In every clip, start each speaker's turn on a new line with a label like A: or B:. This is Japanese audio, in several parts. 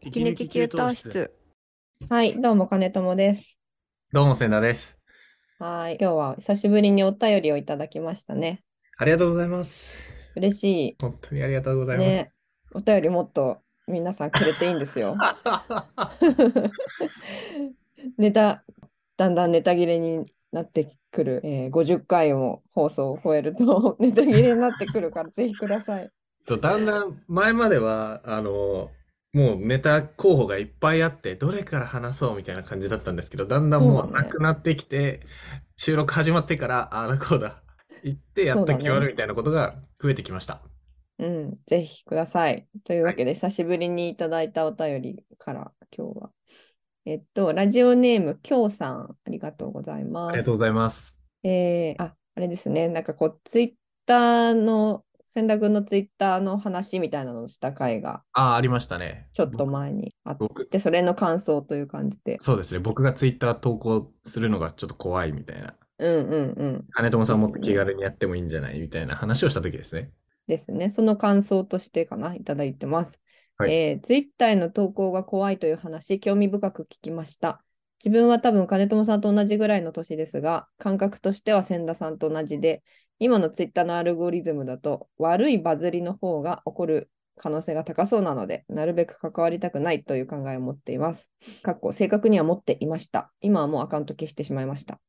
A: 息抜き給湯室。
B: はい、どうも、金友です。
C: どうも、千田です。
B: はい、今日は久しぶりにお便りをいただきましたね。
C: ありがとうございます。
B: 嬉し
C: 本当にありがとうござ
B: い。
C: います。
B: ね、お便りもっと皆さんくれていい んですよ。ネタ、だんだんネタ切れになってくる、えー、50回も放送を超えると ネタ切れになってくるから、ぜひください。
C: そう、だんだん前までは、あの、もうネタ候補がいっぱいあって、どれから話そうみたいな感じだったんですけど、だんだんも
B: そう
C: う
B: だ
C: な
B: ね
C: くなってきて、収録始まってから、ああだこうだ、行ってやっと
B: そうだね
C: 決まるみたいなことが増えてきました。
B: うん、ぜひください。というわけで、久しぶりにいただいたお便りから、今日は。えっと、ラジオネーム、きょうさん、ありがとうござい
C: あ
B: ま
C: りが
B: す
C: と。うございます。
B: えーあ、あれですね、なんかこう、ツイッターの、千田君のツイッターの話みたいなのをした回が、
C: ああ、ありましたね。
B: ちょっと前にあっ
C: 僕、
B: て、それの感想という感じで。
C: そうですね。僕がツイッター投稿するのがちょっと怖いみたいな。
B: うんうんうん。
C: 金友さんもっと気軽にやってもいいんじゃないみたいな話をした時ですね。
B: ですね。その感想としてかな、いただいてます。
C: はい
B: えー、ツイッターへの投稿が怖いという話、興味深く聞きました。自分は多分金友さんと同じぐらいの年ですが、感覚としては千田さんと同じで、今のツイッターのアルゴリズムだと、悪いバズりの方が起こる可能性が高そうなので、なるべく関わりたくないという考えを持っています。かっこ正確には持っていました。今はもうアカウント消してしまいました。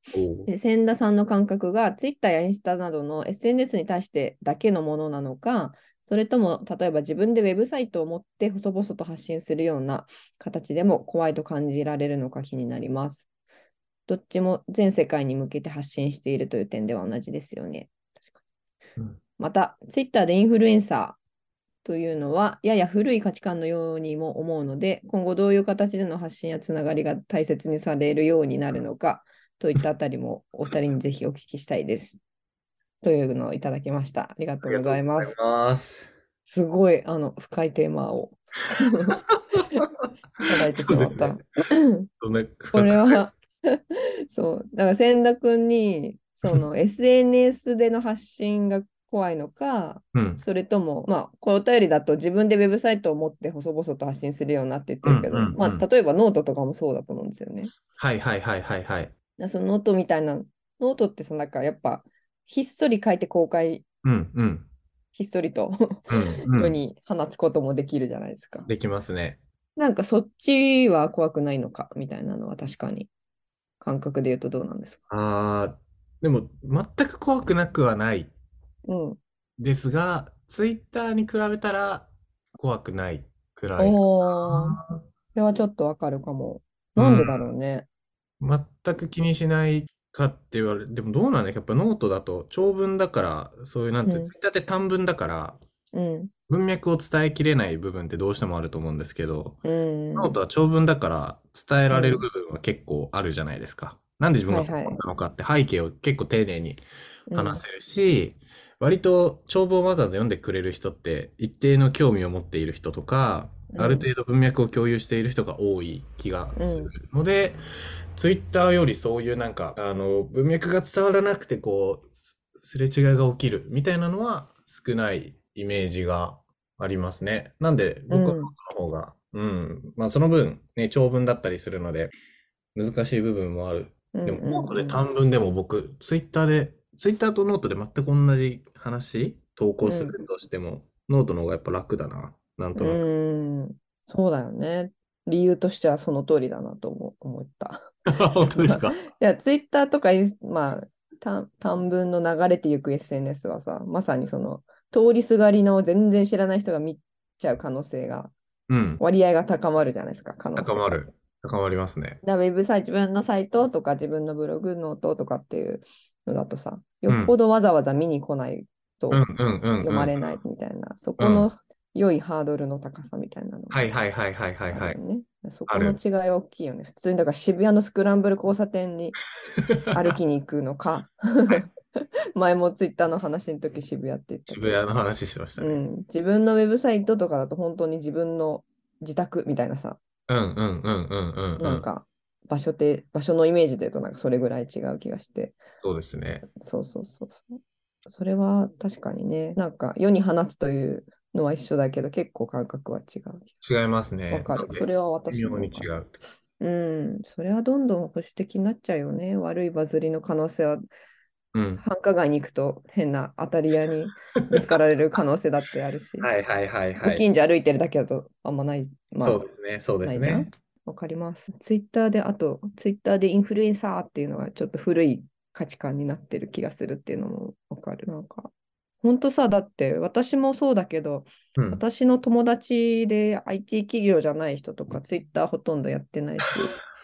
B: で千田さんの感覚が Twitter やインスタなどの SNS に対してだけのものなのか、それとも例えば自分でウェブサイトを持って細々と発信するような形でも怖いと感じられるのか気になります。どっちも全世界に向けて発信しているという点では同じですよね。確かに
C: うん
B: また、Twitter でインフルエンサー、というのはやや古い価値観のようにも思うので今後どういう形での発信やつながりが大切にされるようになるのかといったあたりもお二人にぜひお聞きしたいです。というのをいただきました。ありがとうございます。
C: ます。
B: すごいあの深いテーマをいただいてしまった。
C: そうそんな
B: これは そうだから千田君にその SNS での発信が怖いのか
C: うん。
B: それともまあこのお便りだと自分でウェブサイトを持って細々と発信するようになって言ってるけど、
C: うんうんうん
B: まあ、例えばノートとかもそうだと思うんですよね。
C: はいはいはいはいはい。
B: なそのノートみたいな、ノートってさ、なんかやっぱ、ひっそり書いて公開、
C: うんうん。
B: ひっそりと
C: うんう
B: 世
C: ん。
B: に放つこともできるじゃないですか。
C: できますね。
B: なんかそっちは怖くないのかみたいなのは確かに感覚で言うとどうなんですか。
C: あー、でも全く怖くなくはない
B: うん。
C: ですが、ツイッターに比べたら怖くないくらい。
B: おー、それはちょっとわかるかも。なんでだろうね。
C: 全く気にしないかって言われでもどうなんだっけやっぱノートだと長文だから、そういうなんていう
B: うん
C: ツイッターって短文だから、
B: うん。
C: 文脈を伝えきれない部分ってどうしてもあると思うんですけど、
B: うん。
C: ノートは長文だから伝えられる部分は結構あるじゃないですか。なんで自分がこう思ったのかって背景を結構丁寧に話せるし、割と長文をわざわざ読んでくれる人って一定の興味を持っている人とか、
B: うん
C: ある程度文脈を共有している人が多い気がするので、ツイッターよりそういうなんか、あの、文脈が伝わらなくてこう、すすれ違いが起きるみたいなのは少ないイメージがありますね。なんで
B: うん。
C: 僕はの方が、うん、まあその分、ね、長文だったりするので、難しい部分もある
B: うん
C: でも、ノート
B: う
C: で
B: ん
C: 短文でも僕、ツイッターで、ツイッターとノートで全く同じ話、投稿するとしても、ノートの方がやっぱ楽だな、なんとなく。
B: うん。そうだよね。理由としてはその通りだなと思思った。
C: 本当ですか。
B: いや、ツイッターとかインス、まあ、短短文の流れていく SNS はさ、まさにその、通りすがりの全然知らない人が見ちゃう可能性が、
C: うん、
B: 割合が高まるじゃないですか、可能性
C: 高
B: が
C: まる。高まりますね。
B: だからウェブサイト、自分のサイトとか自分のブログ、ノートとかっていうのだとさ、よっぽどわざわざ見に来ないと
C: うんうんうん、うん。
B: 読まれないみたいな、そこの良いハードルの高さみたいなのが
C: はいはいはいはいはいは
B: あ
C: い
B: る。よね。そこ
C: あ
B: の
C: る
B: 違いは大きいよね。普通にだから渋谷のスクランブル交差 点に歩きに行くのか。 前もツイッターの話の時渋谷って言ったけど
C: 渋谷の話してました
B: う
C: ね。
B: ん。自分のウェブサイトとかだと本当に自分の自宅みたいなさ、
C: うんうんうんうんうんう
B: なん
C: ん。
B: か場所って、場所のイメージで言うとなんかそれぐらい違う気がして。
C: そうですね。
B: そうそうそうそう。それは確かにね、なんか世に放つというのは一緒だけど、結構感覚は違う。
C: 違いますね。
B: わか
C: な
B: る
C: ん。で
B: それは私
C: 微妙
B: も
C: に
B: わ
C: 違
B: かる。
C: う。
B: うん。それはどんどん保守的になっちゃうよね。悪いバズりの可能性は、
C: うん。
B: 繁華街に行くと変な当たり屋にぶつかられる可能性だってあるし、
C: はいはいはいは
B: ご
C: い。
B: 近所歩いてるだけだとあんまない。まあ
C: そうですね、そうです
B: ないじゃ
C: ね
B: ん。わかります。ツイッターで、あと、ツイッターでインフルエンサーっていうのがちょっと古い価値観になってる気がするっていうのもわかる。なんか、ほんとさ、だって私もそうだけど、
C: うん。
B: 私の友達で IT 企業じゃない人とか、ツイッターほとんどやってないし、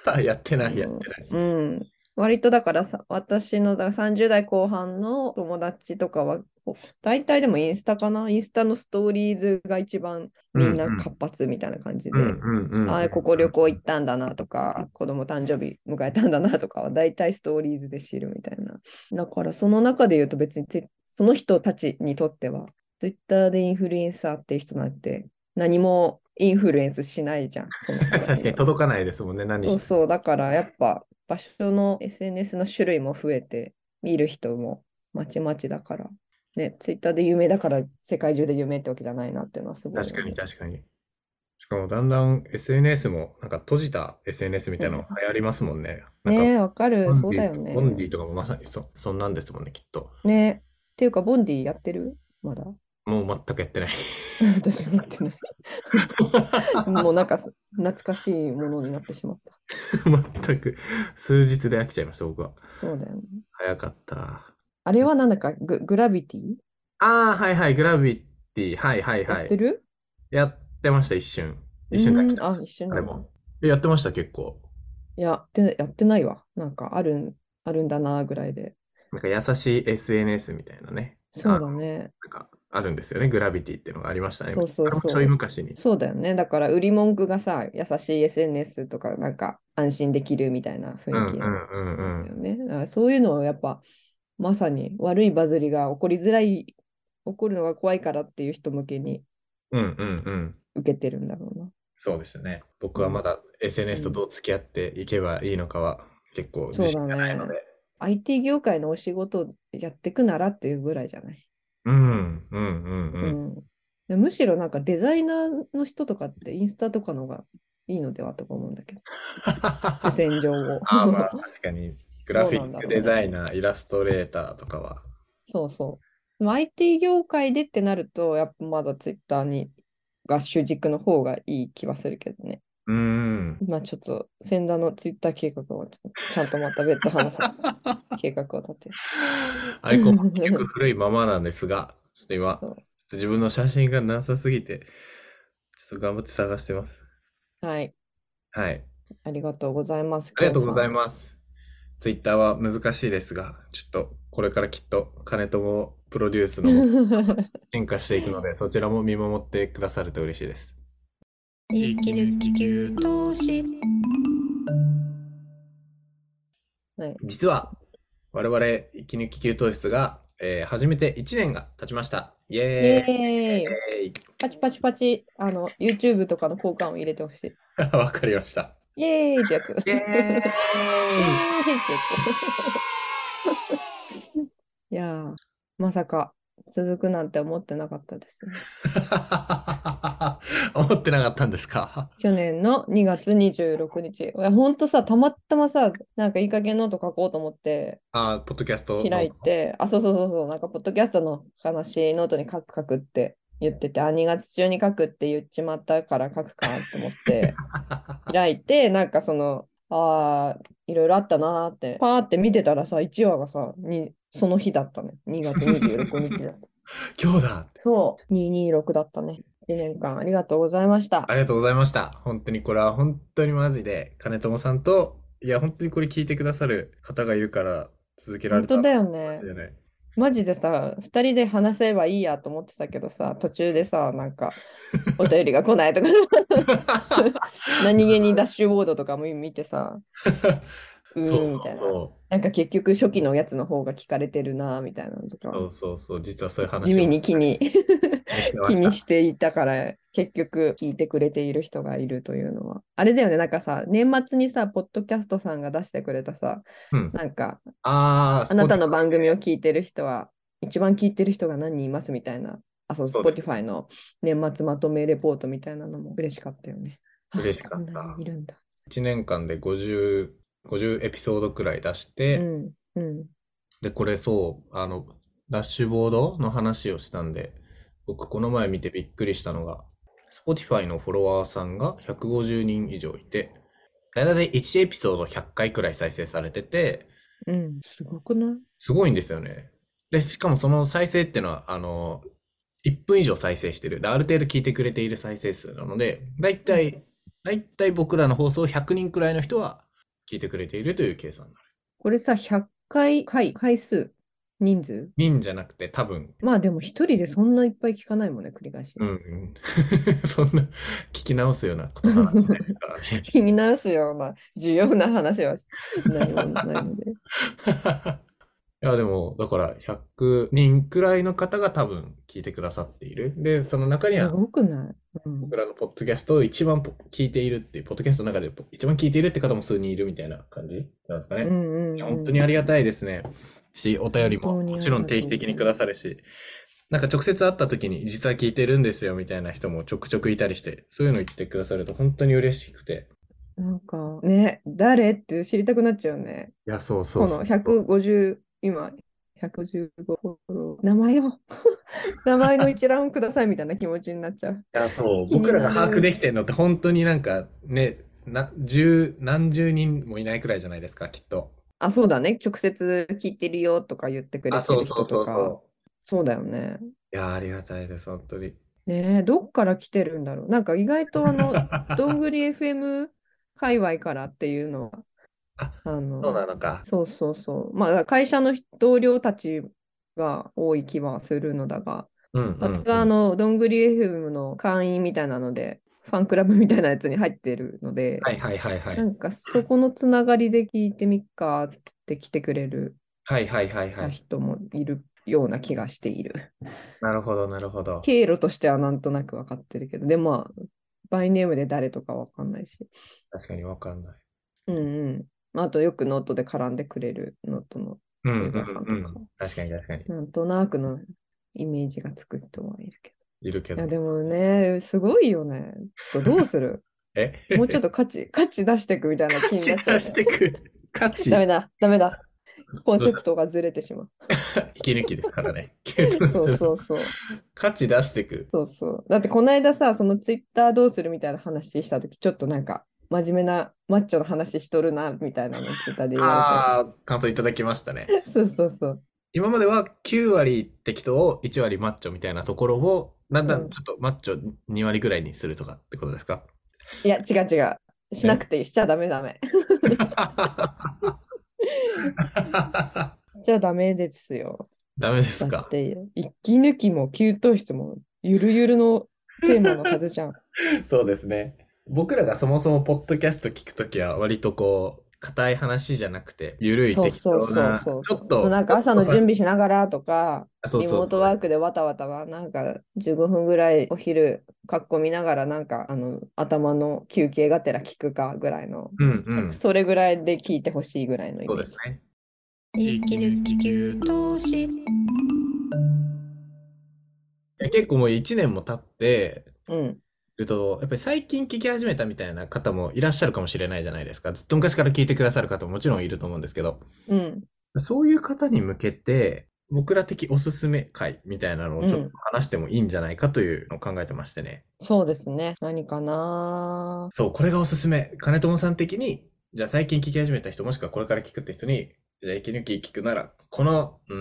C: あやってない、やっ
B: うん
C: てない。
B: うん。割とだからさ、私のだから30代後半の友達とかは、こう大体でもインスタかなインスタのストーリーズが一番みんな活発みたいな感じで、
C: うんうんうん
B: あーここ旅行行ったんだなとか、子供誕生日迎えたんだなとかは、大体ストーリーズで知るみたいな。だから、その中で言うと別にツイ、その人たちにとっては、ツイッターでインフルエンサーっていう人なんて、何もインフルエンスしないじゃん。その人たち
C: 確かに届かないですもんね、何
B: そう
C: して
B: そう、だからやっぱ、場所の SNS の種類も増えて、見る人もまちまちだから、ね、ツイッターで有名だから、世界中で有名ってわけじゃないなっていうのはすごい
C: 確
B: よ
C: かに
B: ね。
C: 確かに。しかもだんだん SNS もなんか閉じた SNS みたいなのが流行りますもんね。なんか
B: ねえ、わかる。そ
C: ボン
B: う
C: ディ
B: だよね
C: ボ。ンディとかもまさにそそんなんですもんね、きっと。
B: ね。っていうか、ボンディやってるまだ
C: もう全くやってない。
B: 私もやってない。 もうなんかす懐かしいものになってしまった。
C: 全く数日で飽きちゃいました、僕は。
B: そうだよね。
C: 早かった。
B: あれはなんだかググラビティ
C: ああ、はいはい、グラビティ。はいはいは
B: やっ
C: い
B: て。る、
C: やってました、一瞬。一瞬だけ
B: うーんあ、一瞬
C: あ
B: な
C: れ
B: んだ。
C: も。えやってました、結構。
B: いやって、やってないわ。なんかあるん、あるんだなぐらいで。
C: なんか優しい SNS みたいなね。
B: そう
C: あ
B: だね。
C: なんかあるんですよね。グラビティっていうのがありましたね。
B: そうそうそう
C: あれもちょい昔に。
B: そうだよね。だから売り文句がさ、優しい SNS とか、なんか安心できるみたいな
C: うんうん
B: 雰囲気だ
C: うんうん。
B: よね。だからそういうのをやっぱ、まさに悪いバズりが起こりづらい、起こるのが怖いからっていう人向けに
C: うんうんうん。
B: 受けてるんだろうな。
C: そうでしたね。僕はまだ SNS とどう付き合っていけばいいのかは結構自信がないので。
B: IT 業界のお仕事をやってくならっていうぐらいじゃない。
C: うんうんうんう。
B: うんんでむしろなんかデザイナーの人とかってインスタとかのがいいのではとか思うんだけど、
C: あ
B: 目線上を。
C: あまあ確かに。グラフィックデザイナー、イラストレーターとかは。
B: そうそう。でも IT 業界でってなると、やっぱまだツイッターにが主軸の方がいい気はするけどね。
C: うん。
B: まあちょっと、先田のツイッター計画をちょちゃんとまた別途話そう。計画を立てる。
C: アイコンも結構古いままなんですが、ちょっと今、ち
B: そ
C: ょっ
B: う
C: と自分の写真がなさすぎて、ちょっと頑張って探してます。
B: はい。
C: はい。
B: ありがとうございます。
C: ありがとうござい
B: ま
C: ます。ツイッターは難しいですが、ちょっとこれからきっと金友プロデュースの進化していくので、そちらも見守ってくださると嬉しいです。
B: 息抜き給
C: 湯
B: はい
C: 実は、我々、息抜き給湯室が、えー始めて1年が経ちました。イ
B: イ
C: エーイ
B: エーイ
C: イエ
B: パチパチパチ、あの、YouTube とかの交換を入れてほしい。
C: ーイ わかりました。
B: イエーイってやつ。
C: イエーイ
B: イエーイってやつ いやー、まさか続くなんて思ってなかったですね。
C: 思ってなかったんですか
B: 去年の2月26日。いや、ほんとさ、たまたまさ、なんかいい加減ノート書こうと思って
C: あー、ポッドキャストの
B: 開いて、あ、そうそうそうそう、なんかポッドキャストの話、ノートに書く書くって言ってて、あ、2月中に書くって言っちまったから書くかと思って、開いて、なんかその、あーいろいろあったなーって、パーって見てたらさ、1話がさ、にその日だったね。2月26日だ った。
C: 今日だ
B: そう、226だったね。1年間ありがとうございました
C: あ。りがとうございました。本当にこれは本当にマジで金友さんと、いや本当にこれ聞いてくださる方がいるから続けられ
B: 本
C: た
B: 当だ
C: よ
B: よね。
C: ね。
B: マジでさ、2人で話せばいいやと思ってたけどさ、途中でさ、なんか、お便りが来な いとか、何気にダッシュボードとかも見て さ、う
C: そう
B: ーん
C: そ
B: みた
C: う
B: いな。
C: そ
B: なんか結局初期のやつの方が聞かれてるな、みたいなのと
C: う。そ
B: か、
C: うそうそう。実はそういう話
B: 地
C: を
B: 味に気に、
C: してま
B: 気
C: した
B: にしていたから、結局聞いてくれている人がいるというのは。あれだよね、なんかさ、年末にさ、ポッドキャストさんが出してくれたさ、
C: うん
B: なんか、
C: ああ、
B: あなたの番組を聞いてる人は、一番聞いてる人が何人いますみたいなあ、そう、
C: そうだね
B: Spotify の年末まとめレポートみたいなのも嬉しかったよね。
C: 嬉しか
B: あ
C: っ
B: こん
C: た
B: なにいるんだ。
C: 1年間で50、50エピソードくらい出し
B: う
C: て、
B: ん。うん。
C: で、これそう、あの、ダッシュボードの話をしたんで、僕この前見てびっくりしたのが、Spotify のフォロワーさんが150人以上いて、大体1エピソード100回くらい再生されてて、
B: うん。すごくない
C: すごいんですよね。で、しかもその再生ってのは、あの、1分以上再生してる。で、ある程度聞いてくれている再生数なので、だいたい、だいたい僕らの放送100人くらいの人は聞いてくれているという計算になる。
B: これさ、100回、回、回数、人数
C: 人じゃなくて多分、
B: まあでも一人でそんないっぱい聞かないもんね、繰り返し。
C: うんうん、 そんな聞き直すようなことなんてないからね。
B: 気になるすような重要な話 はし何もないので。
C: いや、でも、だから、100人くらいの方が多分聞いてくださっている。で、その中に
B: す
C: は、
B: ごくない、うん
C: 僕らのポッドキャストを一番ポ聞いているっていう、ポッドキャストの中で一番聞いているって方も数人いるみたいな感じなんですかね。
B: うんうんうん
C: いや本当にありがたいですね。し、お便りももちろん定期的にくださるし、なんか直接会った時に実は聞いてるんですよみたいな人もちょくちょくいたりして、そういうの言ってくださると本当に嬉しくて。
B: なんかね、誰って知りたくなっちゃうね。
C: いや、そうそ
B: こ
C: うそう
B: の150、今、115フォロー名前を、 名前の一覧をくださいみたいな気持ちになっちゃう。
C: いや、そう、
B: 気に
C: 僕
B: なる
C: らが把握できてるのって本当になんかね、な、十、何十人もいないくらいじゃないですか、きっと。
B: あ、そうだね。直接聞いてるよとか言ってくれ
C: あ、
B: て
C: そう
B: る
C: そ
B: 人
C: うそ
B: と
C: う
B: か。
C: そ
B: そうだよね。
C: う。いや、ありがたいです、本当に。
B: ねえ、どっから来てるんだろう。なんか意外とあの、 どんぐり FM 界隈からっていうのは、
C: あ
B: あの、
C: そうなのか。
B: そうそうそう。まあ、会社の同僚たちが多い気はするのだが、
C: うんうん
B: 私があの、どんぐり FM の会員みたいなので、ファンクラブみたいなやつに入ってるので、
C: はいはいはいはい。
B: なんかそこのつながりで聞いてみっかって来てくれる
C: はいはいはいはい。
B: 人もいるような気がしている。
C: なるほど、なるほど。
B: 経路としてはなんとなく分かってるけど、でもまあ、バイネームで誰とか分かんないし。
C: 確かにわかんない。
B: うんうん。あとよくノートで絡んでくれるノートの、
C: うんうん
B: 皆さん
C: う
B: と
C: ん。
B: か
C: 確かに確かに。
B: なんとなくのイメージがつく人はいるけ
C: いるけ
B: ど。いや
C: ど。
B: でもね、すごいよね。どどうする
C: え
B: もうちょっと価値、価値出してくみたいな気になっちゃ
C: 出
B: う、
C: してく。価値
B: ダメだ、ダメだ。コンセプトがずれてしまう。
C: 息抜きですからね。
B: そうそうそう。
C: 価値出してく。
B: そうそう。だってこの間さ、そのツイッターどうするみたいな話したとき、ちょっとなんか、真面目なマッチョの話しとるな、みたいなのツイッターで言わ
C: ああ、感想いただきましたね。
B: れて。 そうそうそう。
C: 今までは9割適当、1割マッチョみたいなところを、だんだ
B: うん
C: んちょっとマッチョ2割ぐらいにするとかってこと ですか
B: いや、違う違う。しなくていい。しちゃダメダメ。しちゃダメですよ。
C: ダメです
B: だ
C: か
B: っ。て、息抜きも給湯室もゆるゆるのテーマのはず じゃん。
C: そうですね。僕らがそもそもポッドキャスト聞くときは割とこう、硬い話じゃなくて、ゆるい
B: そう
C: 適
B: そう
C: 当
B: そう
C: な、
B: そう。
C: ちょっと、
B: なんか朝の準備しながらとか、
C: そう
B: リ
C: そ
B: モ
C: う
B: ート
C: そ
B: ワー
C: う。
B: クでわたわたは、なんか15分ぐらいお昼、かっこ見ながら、なんかあの頭の休憩がてら聞くかぐらいの、
C: うんうん。そ
B: それぐらいで聞いてほしいぐらいのイメ
C: う
B: ー
C: で
B: ジ
C: す。ね。
B: 息抜き給湯室。
C: 結構もう1年も経って
B: うん。
C: ると、やっぱり最近聞き始めたみたいな方もいらっしゃるかもしれないじゃないですか。ずっと昔から聞いてくださる方ももちろんいると思うんですけど、
B: うん。
C: そういう方に向けて、僕ら的おすすめ会みたいなのをちょっ
B: うん
C: と話してもいいんじゃないかというのを考えてましてね。
B: そうですね。何かな
C: そう、これがおすすめ。金友さん的に、じゃあ最近聞き始めた人、もしくはこれから聞くって人に、じゃあ息抜き聞くなら、この、うー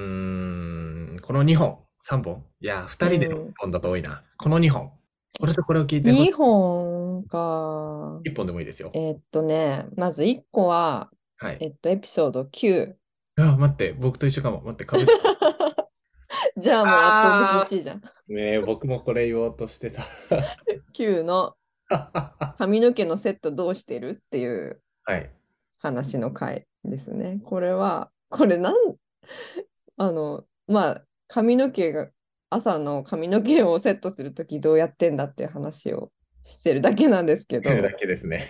C: ん、この2本、3本。いや、2人で
B: うん
C: 6本だと多いな。この2本。これとこれを聞いてほしい
B: 2本か。
C: 1本でもいいですよ。
B: えーっとね、まず1個は、
C: はい。
B: えっと、エピソード9。
C: あ、待って、僕と一緒かも。待って、かぶってた
B: じゃあもう圧倒
C: あ
B: 的1位じゃん。
C: ねえ、僕もこれ言おうとしてた。
B: 9の
C: は
B: 髪の毛のセットどうしてるっていう
C: い。
B: 話の回ですね。これは、これなん、あの、まあ、髪の毛が、朝の髪の毛をセットするときどうやってんだっていう話をしてるだけなんですけ ど
C: そ、れだけですね。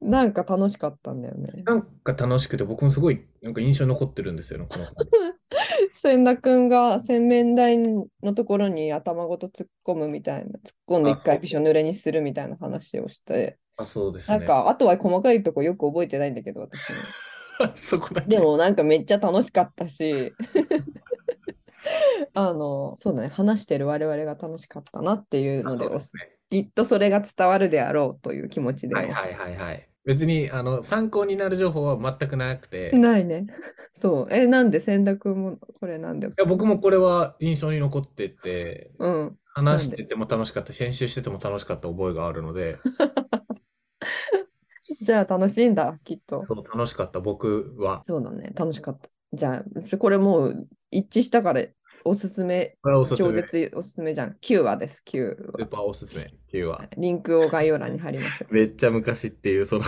B: なんか楽しかったんだよね。
C: なんか楽しくて、僕もすごい、なんか印象に残ってるんですよね、この。
B: 千田くんが洗面台のところに頭ごと突っ込むみたいな、突っ込んで一回びしょ濡れにするみたいな話をして、
C: あ、そうです
B: な
C: ね。
B: んか、あとは細かいとこよく覚えてないんだけど、私も。
C: そこだけ。
B: でもなんかめっちゃ楽しかっ たし、あの、そうだね、話してる我々が楽しかったなっていう
C: あ
B: ので、
C: そう
B: お
C: ですね。
B: きっとそれが伝わるであろうという気持ちで。
C: はいはいはいはい。別に、あの、参考になる情報は全くなくて、い
B: ないね。そう。え、なんで千田くんもこれなんで
C: や僕もこれは印象に残って て、
B: うん。
C: 話してても楽しかったし、編集してても楽しかった覚えがあるので、
B: じゃあ楽しいんだ、きっと。
C: そう楽しかった僕は、
B: そうだね、楽しかった。じゃあ、これもう一致したからおすすめ、
C: これはおすす
B: 超
C: め、
B: 絶おすすめじゃん。9話です、9
C: スーパーおすすめっていう
B: 話
C: は。。
B: リンクを概要欄に貼りましょう。
C: めっちゃ昔っていう、その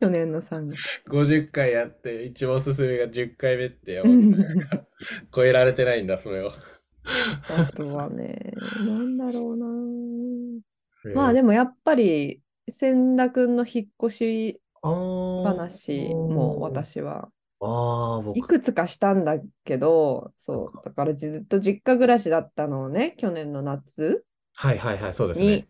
B: 去年の3月。
C: 50回やって、一番おすすめが10回目ってやば
B: う
C: い、
B: ん
C: 超えられてないんだ、それを。
B: あとはね、なんだろうな。 まあでもやっぱり、千田くんの引っ越し
C: も
B: 話も私は
C: あーあー、僕
B: いくつかしたんだけど、そう、だからずっと実家暮らしだったのをね、去年の夏
C: はいはいはい、そうです
B: に
C: ね。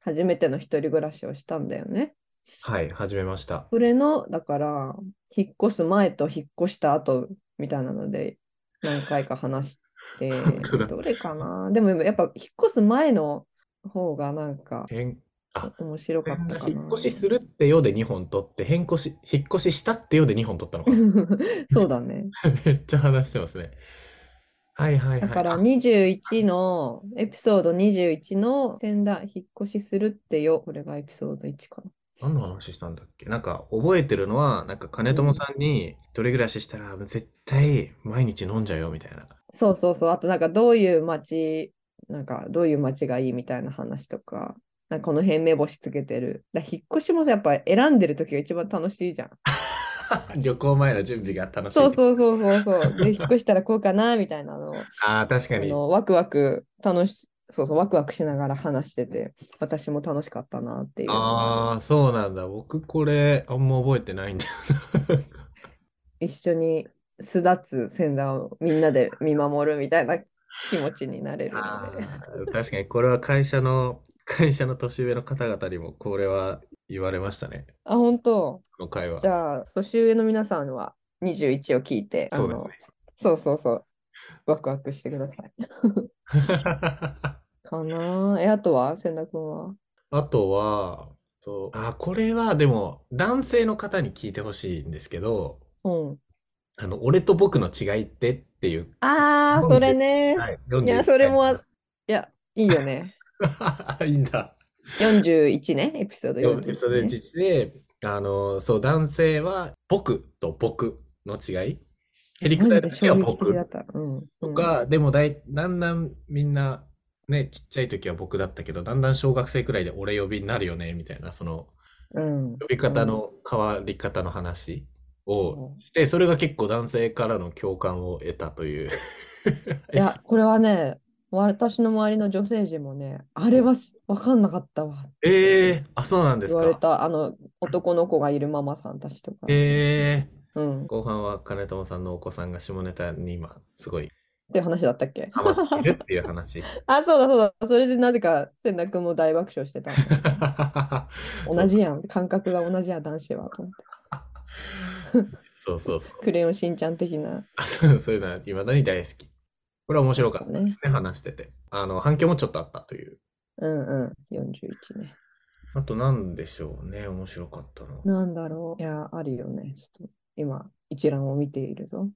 B: 初めての一人暮らしをしたんだよね。
C: はい、始めました。
B: それの、だから、引っ越す前と引っ越した後みたいなので、何回か話して、
C: 本当だ
B: どれかなでもやっぱ引っ越す前の方がなんか
C: 変あ
B: 面白かったかな。
C: 引っ越しするってようで2本取って、変更し、引っ越ししたってようで2本取ったのかな。
B: そうだね。
C: めっちゃ話してますね。はいはいはい。
B: だから
C: あ
B: 21の、エピソード21の、千田引っ越しするってよ。これがエピソード1かな。
C: 何の話したんだっけなんか覚えてるのは、なんか金友さんに一人暮らししたら絶対毎日飲んじゃうよみたいな。
B: そうそうそう。あとなんかどういう街、なんかどういう街がいいみたいな話とか、なんかこの辺目星つけてる。だから引っ越しもやっぱ選んでる時が一番楽しいじゃん。
C: 旅行前の準備が楽しい。
B: そうそうそうそ うそう。で、引っ越したらこうかなみたいなのを、
C: ああ、確
B: あ
C: かに。
B: のワクワク楽し、そうそう、ワクワクしながら話してて、私も楽しかったなっていう。
C: ああ、そうなんだ。僕これあんま覚えてないんだよな。
B: 一緒に巣立つ船団をみんなで見守るみたいな気持ちになれる
C: あ
B: ので。
C: ー確かにこれは会社の、会社の年上の方々にもこれは言われましたね。
B: あ、本当。
C: この会話。
B: じゃあ、年上の皆さんは21を聞いて、あ
C: そうです
B: のそうそうそう、ワクワクしてください。
C: ね。
B: かなあえ、あとは、千田君は。
C: あとは、とあ、これはでも男性の方に聞いてほしいんですけど、
B: うん。
C: あの、俺と僕の違いってっていう、
B: ああ、
C: なんで
B: それね。
C: はい、
B: い
C: 41
B: や、
C: 回
B: それも、いや、いいよね。
C: いいんだ。
B: 41ね、エピソード
C: エピソード
B: 41、ね。
C: 1で、あの、そう、男性は僕と僕の違い。へりく
B: マ
C: だ
B: ジ
C: り
B: で
C: だけは
B: 衝撃的
C: 僕
B: だった。うん。う
C: と
B: ん、
C: か、でもだい、だんだんみんな、ね、ちっちゃい時は僕だったけど、だんだん小学生くらいで俺呼びになるよね、みたいな、その、
B: うん。
C: 呼び方の変わり方の話を
B: そ
C: して、それが結構男性からの共感を得たという。
B: ういや、これはね、私の周りの女性陣もね、あれはし分かんなかったわって
C: ええあ、そうなんです
B: 言
C: か。
B: われた、あの、男の子がいるママさんたちとか。
C: ええ
B: うん。っ
C: 後半は金友さんのお子さんが下ネタに今、すごい
B: て話だったっけ
C: ハマってるっていう話。
B: あ、そうだそうだ。それでなぜか千田君も大爆笑して た。同じやん。感覚が同じやん、男子は。と思って
C: そうそうそう。
B: クレヨンしんちゃん的な。
C: あそうそういうのは未だに大好き。これは面白かったで
B: ね。
C: すね、話してて。あの、反響もちょっとあったという。
B: うんうん。41ね。
C: あと何でしょうね、面白かったの。
B: なんだろう。いや、あるよね。ちょっと今、一覧を見ているぞ。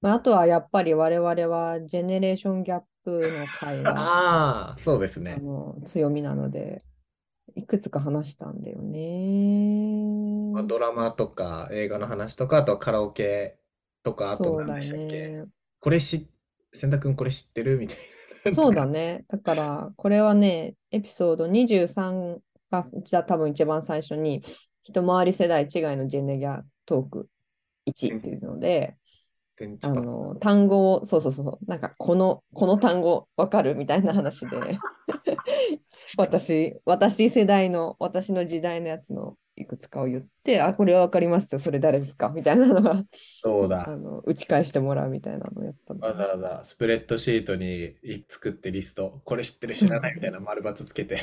B: まあ、あとはやっぱり我々はジェネレーションギャップの会が
C: ああ、そうです
B: あ
C: ね。
B: の強みなので、いくつか話したんだよね。
C: まあドラマとか映画の話とか、あとはカラオケとか、あと
B: そう
C: 何
B: だ
C: でしたっけ。
B: ね。
C: これし、千田君これ知ってるみたいな。
B: そうだね。だから、これはね、エピソード23が、じゃあ多分一番最初に、一回り世代違いのジェネギャトーク1っていうので、
C: 電池
B: あ
C: パン
B: の、単語を、そうそうそうそう、なんか、この、 この単語わかるみたいな話 で、私、私世代の、私の時代のやつのいくつかを言って、あ、これは分かりますよ、それ誰ですかみたいなのが
C: そう
B: あ
C: だ。
B: の打ち返してもらうみたいなのをやったん
C: わざわざスプレッドシートに作ってリスト、これ知ってる知らないみたいな丸×つけ て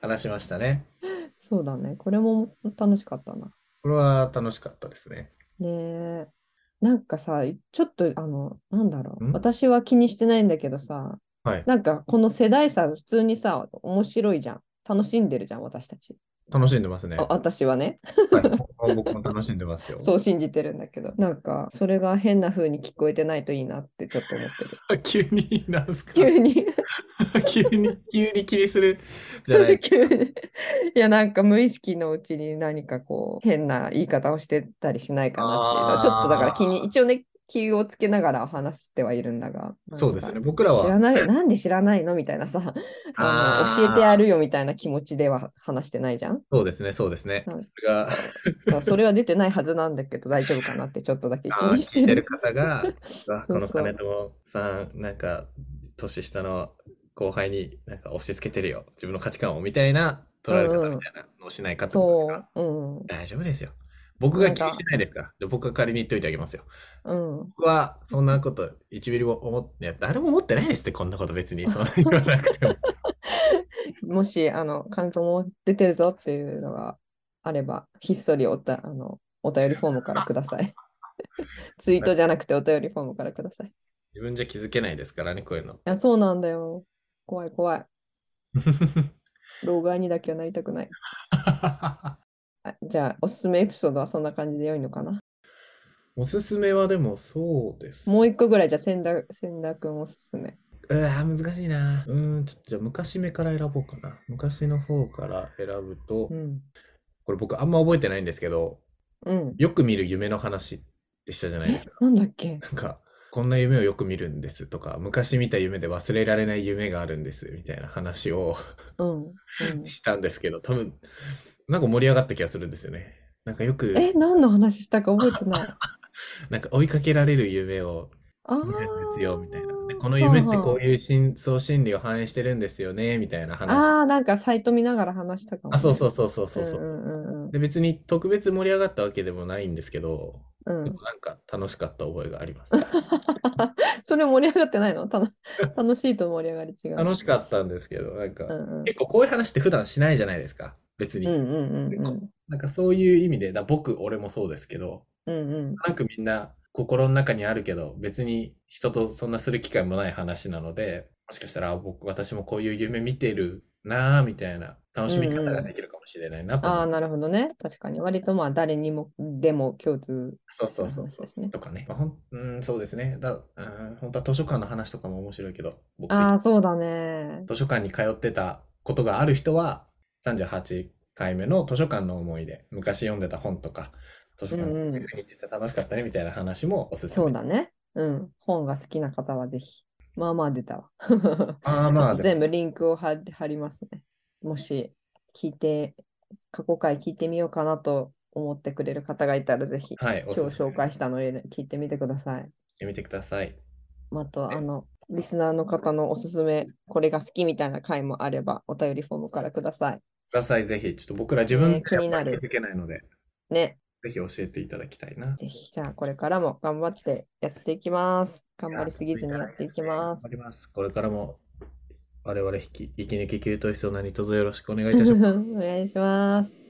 C: 話しましたね。
B: そうだね、これも楽しかったな。
C: これは楽しかったですね。
B: ねえ。なんかさ、ちょっと、あの、なんだろう。
C: ん
B: 私は気にしてないんだけどさ、
C: はい。
B: なんかこの世代差、普通にさ、面白いじゃん。楽しんでるじゃん、私たち。
C: 楽しんでますね。
B: あ、私はね、
C: はい、僕も楽しんでますよ。
B: そう信じてるんだけど、なんか、それが変な風に聞こえてないといいなってちょっと思ってる。
C: 急に、なんすか
B: 急に、
C: 急に、急に気にするじゃない。
B: 急に。いや、なんか無意識のうちに何かこう、変な言い方をしてたりしないかなっていうのは、ちょっとだから気に、一応ね、気をつけながら話してはいるんだが、なん
C: そうで
B: か
C: すね。僕ら
B: 知ら
C: は、
B: ない、なんで知らないのみたいな さ、
C: あ
B: あの
C: ー
B: 教えてやるよみたいな気持ちでは話してないじ ゃん。
C: そうですね、そうですね。
B: はい
C: それ が、
B: だからそれは出てないはずなんだけど大丈夫かなってちょっとだけ気
C: あー
B: にし
C: 聞
B: て
C: いてる
B: る。
C: 方 が、うわ
B: そ
C: この
B: うそう
C: 金友さん、なんか、年下の後輩になんか押し付けてるよ、自分の価値観をみたいな、取られ
B: うんう
C: 方
B: ん
C: みたいなのをしないかってことです
B: そ
C: か
B: う、うん、
C: 大丈夫ですよ。僕が
B: なん
C: 気
B: か
C: にしてないですから、じゃあ僕が代わりに言っといてあげますよ。
B: うん。
C: 僕はそんなこと1ミリも思って、いや誰も思ってないですって、こんなこと別に、そんなに言わなくても。
B: もし、あの、関東も出てるぞっていうのがあれば、ひっそりおたあのお便りフォームからくだ さい。ツイートじゃなくてお便りフォームからください。い
C: 自分じゃ気づけないですからね、こういうの。
B: や、そうなんだよ。怖い怖い。老害にだけはなりたくない。あじゃあ、おすすめエピソードはそんな感じで良いのかな。
C: おすすめはでもそうです。
B: もう一個ぐらい、じゃあ、千田千田君おすすめ。
C: うわー難しいな。うーん、ちょっとじゃあ昔目から選ぼうかな。昔の方から選ぶと
B: う、ん。
C: これ僕あんま覚えてないんですけど、
B: うん。
C: よく見る夢の話でしたじゃないですか。
B: なんだっけ
C: なんか、こんな夢をよく見るんですとか、昔見た夢で忘れられない夢があるんですみたいな話を
B: うん。うん
C: したんですけど、多分、なんか盛り上がった気がするんですよね。なんかよく、
B: え、何の話したか覚えて ない。
C: なんか追いかけられる夢を
B: ああ。
C: 見るんですよみたいな。でこの夢ってこう
B: いう。
C: いう深層心理を反映してるんですよねみたいな話。
B: ああ、なんかサイト見ながら話したかも、
C: あ、そうそうそうそうそうそう。
B: うんうんうん
C: で、別に特別盛り上がったわけでもないんですけど、
B: うん。う
C: で
B: ん
C: も、なんか楽しかった覚えがあり ます。
B: それ盛り上がってないの たの楽しいと盛り上がり違う。
C: 楽しかったんですけど、なんか、
B: うんうん
C: 結構こういう話って普段しないじゃないですか、別に。
B: うんうんうんうん
C: なんかそういう意味で、だ僕、俺もそうですけど、
B: うんうん
C: なんかみんな心の中にあるけど、別に人とそんなする機会もない話なので、もしかしたらあ僕、私もこういう夢見てるなぁ、みたいな楽しみ方ができるかもしれないなと思
B: あ
C: って
B: あ、なるほどね。確かに。割とまあ、誰にも、でも共通。
C: そうそうそうそう
B: 話ですね
C: とかね。まあ、ほん、うん、そうですね。だ、うん、本当は図書館の話とかも面白いけど、僕的に
B: ああ、そうだね。
C: 図書館に通ってたことがある人は、38回目の図書館の思い出、昔読んでた本とか、図書館
B: うんうん
C: に行ってて楽しかったねみたいな話もおすすめ。
B: そうだね。うん。本が好きな方はぜひ。まあまあ出たわ。
C: ああ、
B: ちょ
C: ま
B: っ
C: あ、
B: と全部リンクを貼り貼りますね。もし聞いて、過去回聞いてみようかなと思ってくれる方がいたら、ぜひ、
C: はい、お
B: 今
C: す
B: 日
C: すめ
B: 紹介したのを入れ聞いてみてください。
C: してみてください。
B: ま
C: ね
B: た、あの、リスナーの方のおすすめ、これが好きみたいな回もあれば、お便りフォームからください。
C: ください、ぜひ。ちょっと僕ら自分
B: ね気になる
C: やっぱり気づけないので、
B: ね。
C: ぜひ教えていただきたいな。
B: ぜひ、じゃあ、これからも頑張ってやっていきます。頑張りすぎずにやっていきます
C: わか。ります。これからも、我々引き、生き抜き給湯室を何卒よろしくお願いいたします。
B: お願いします。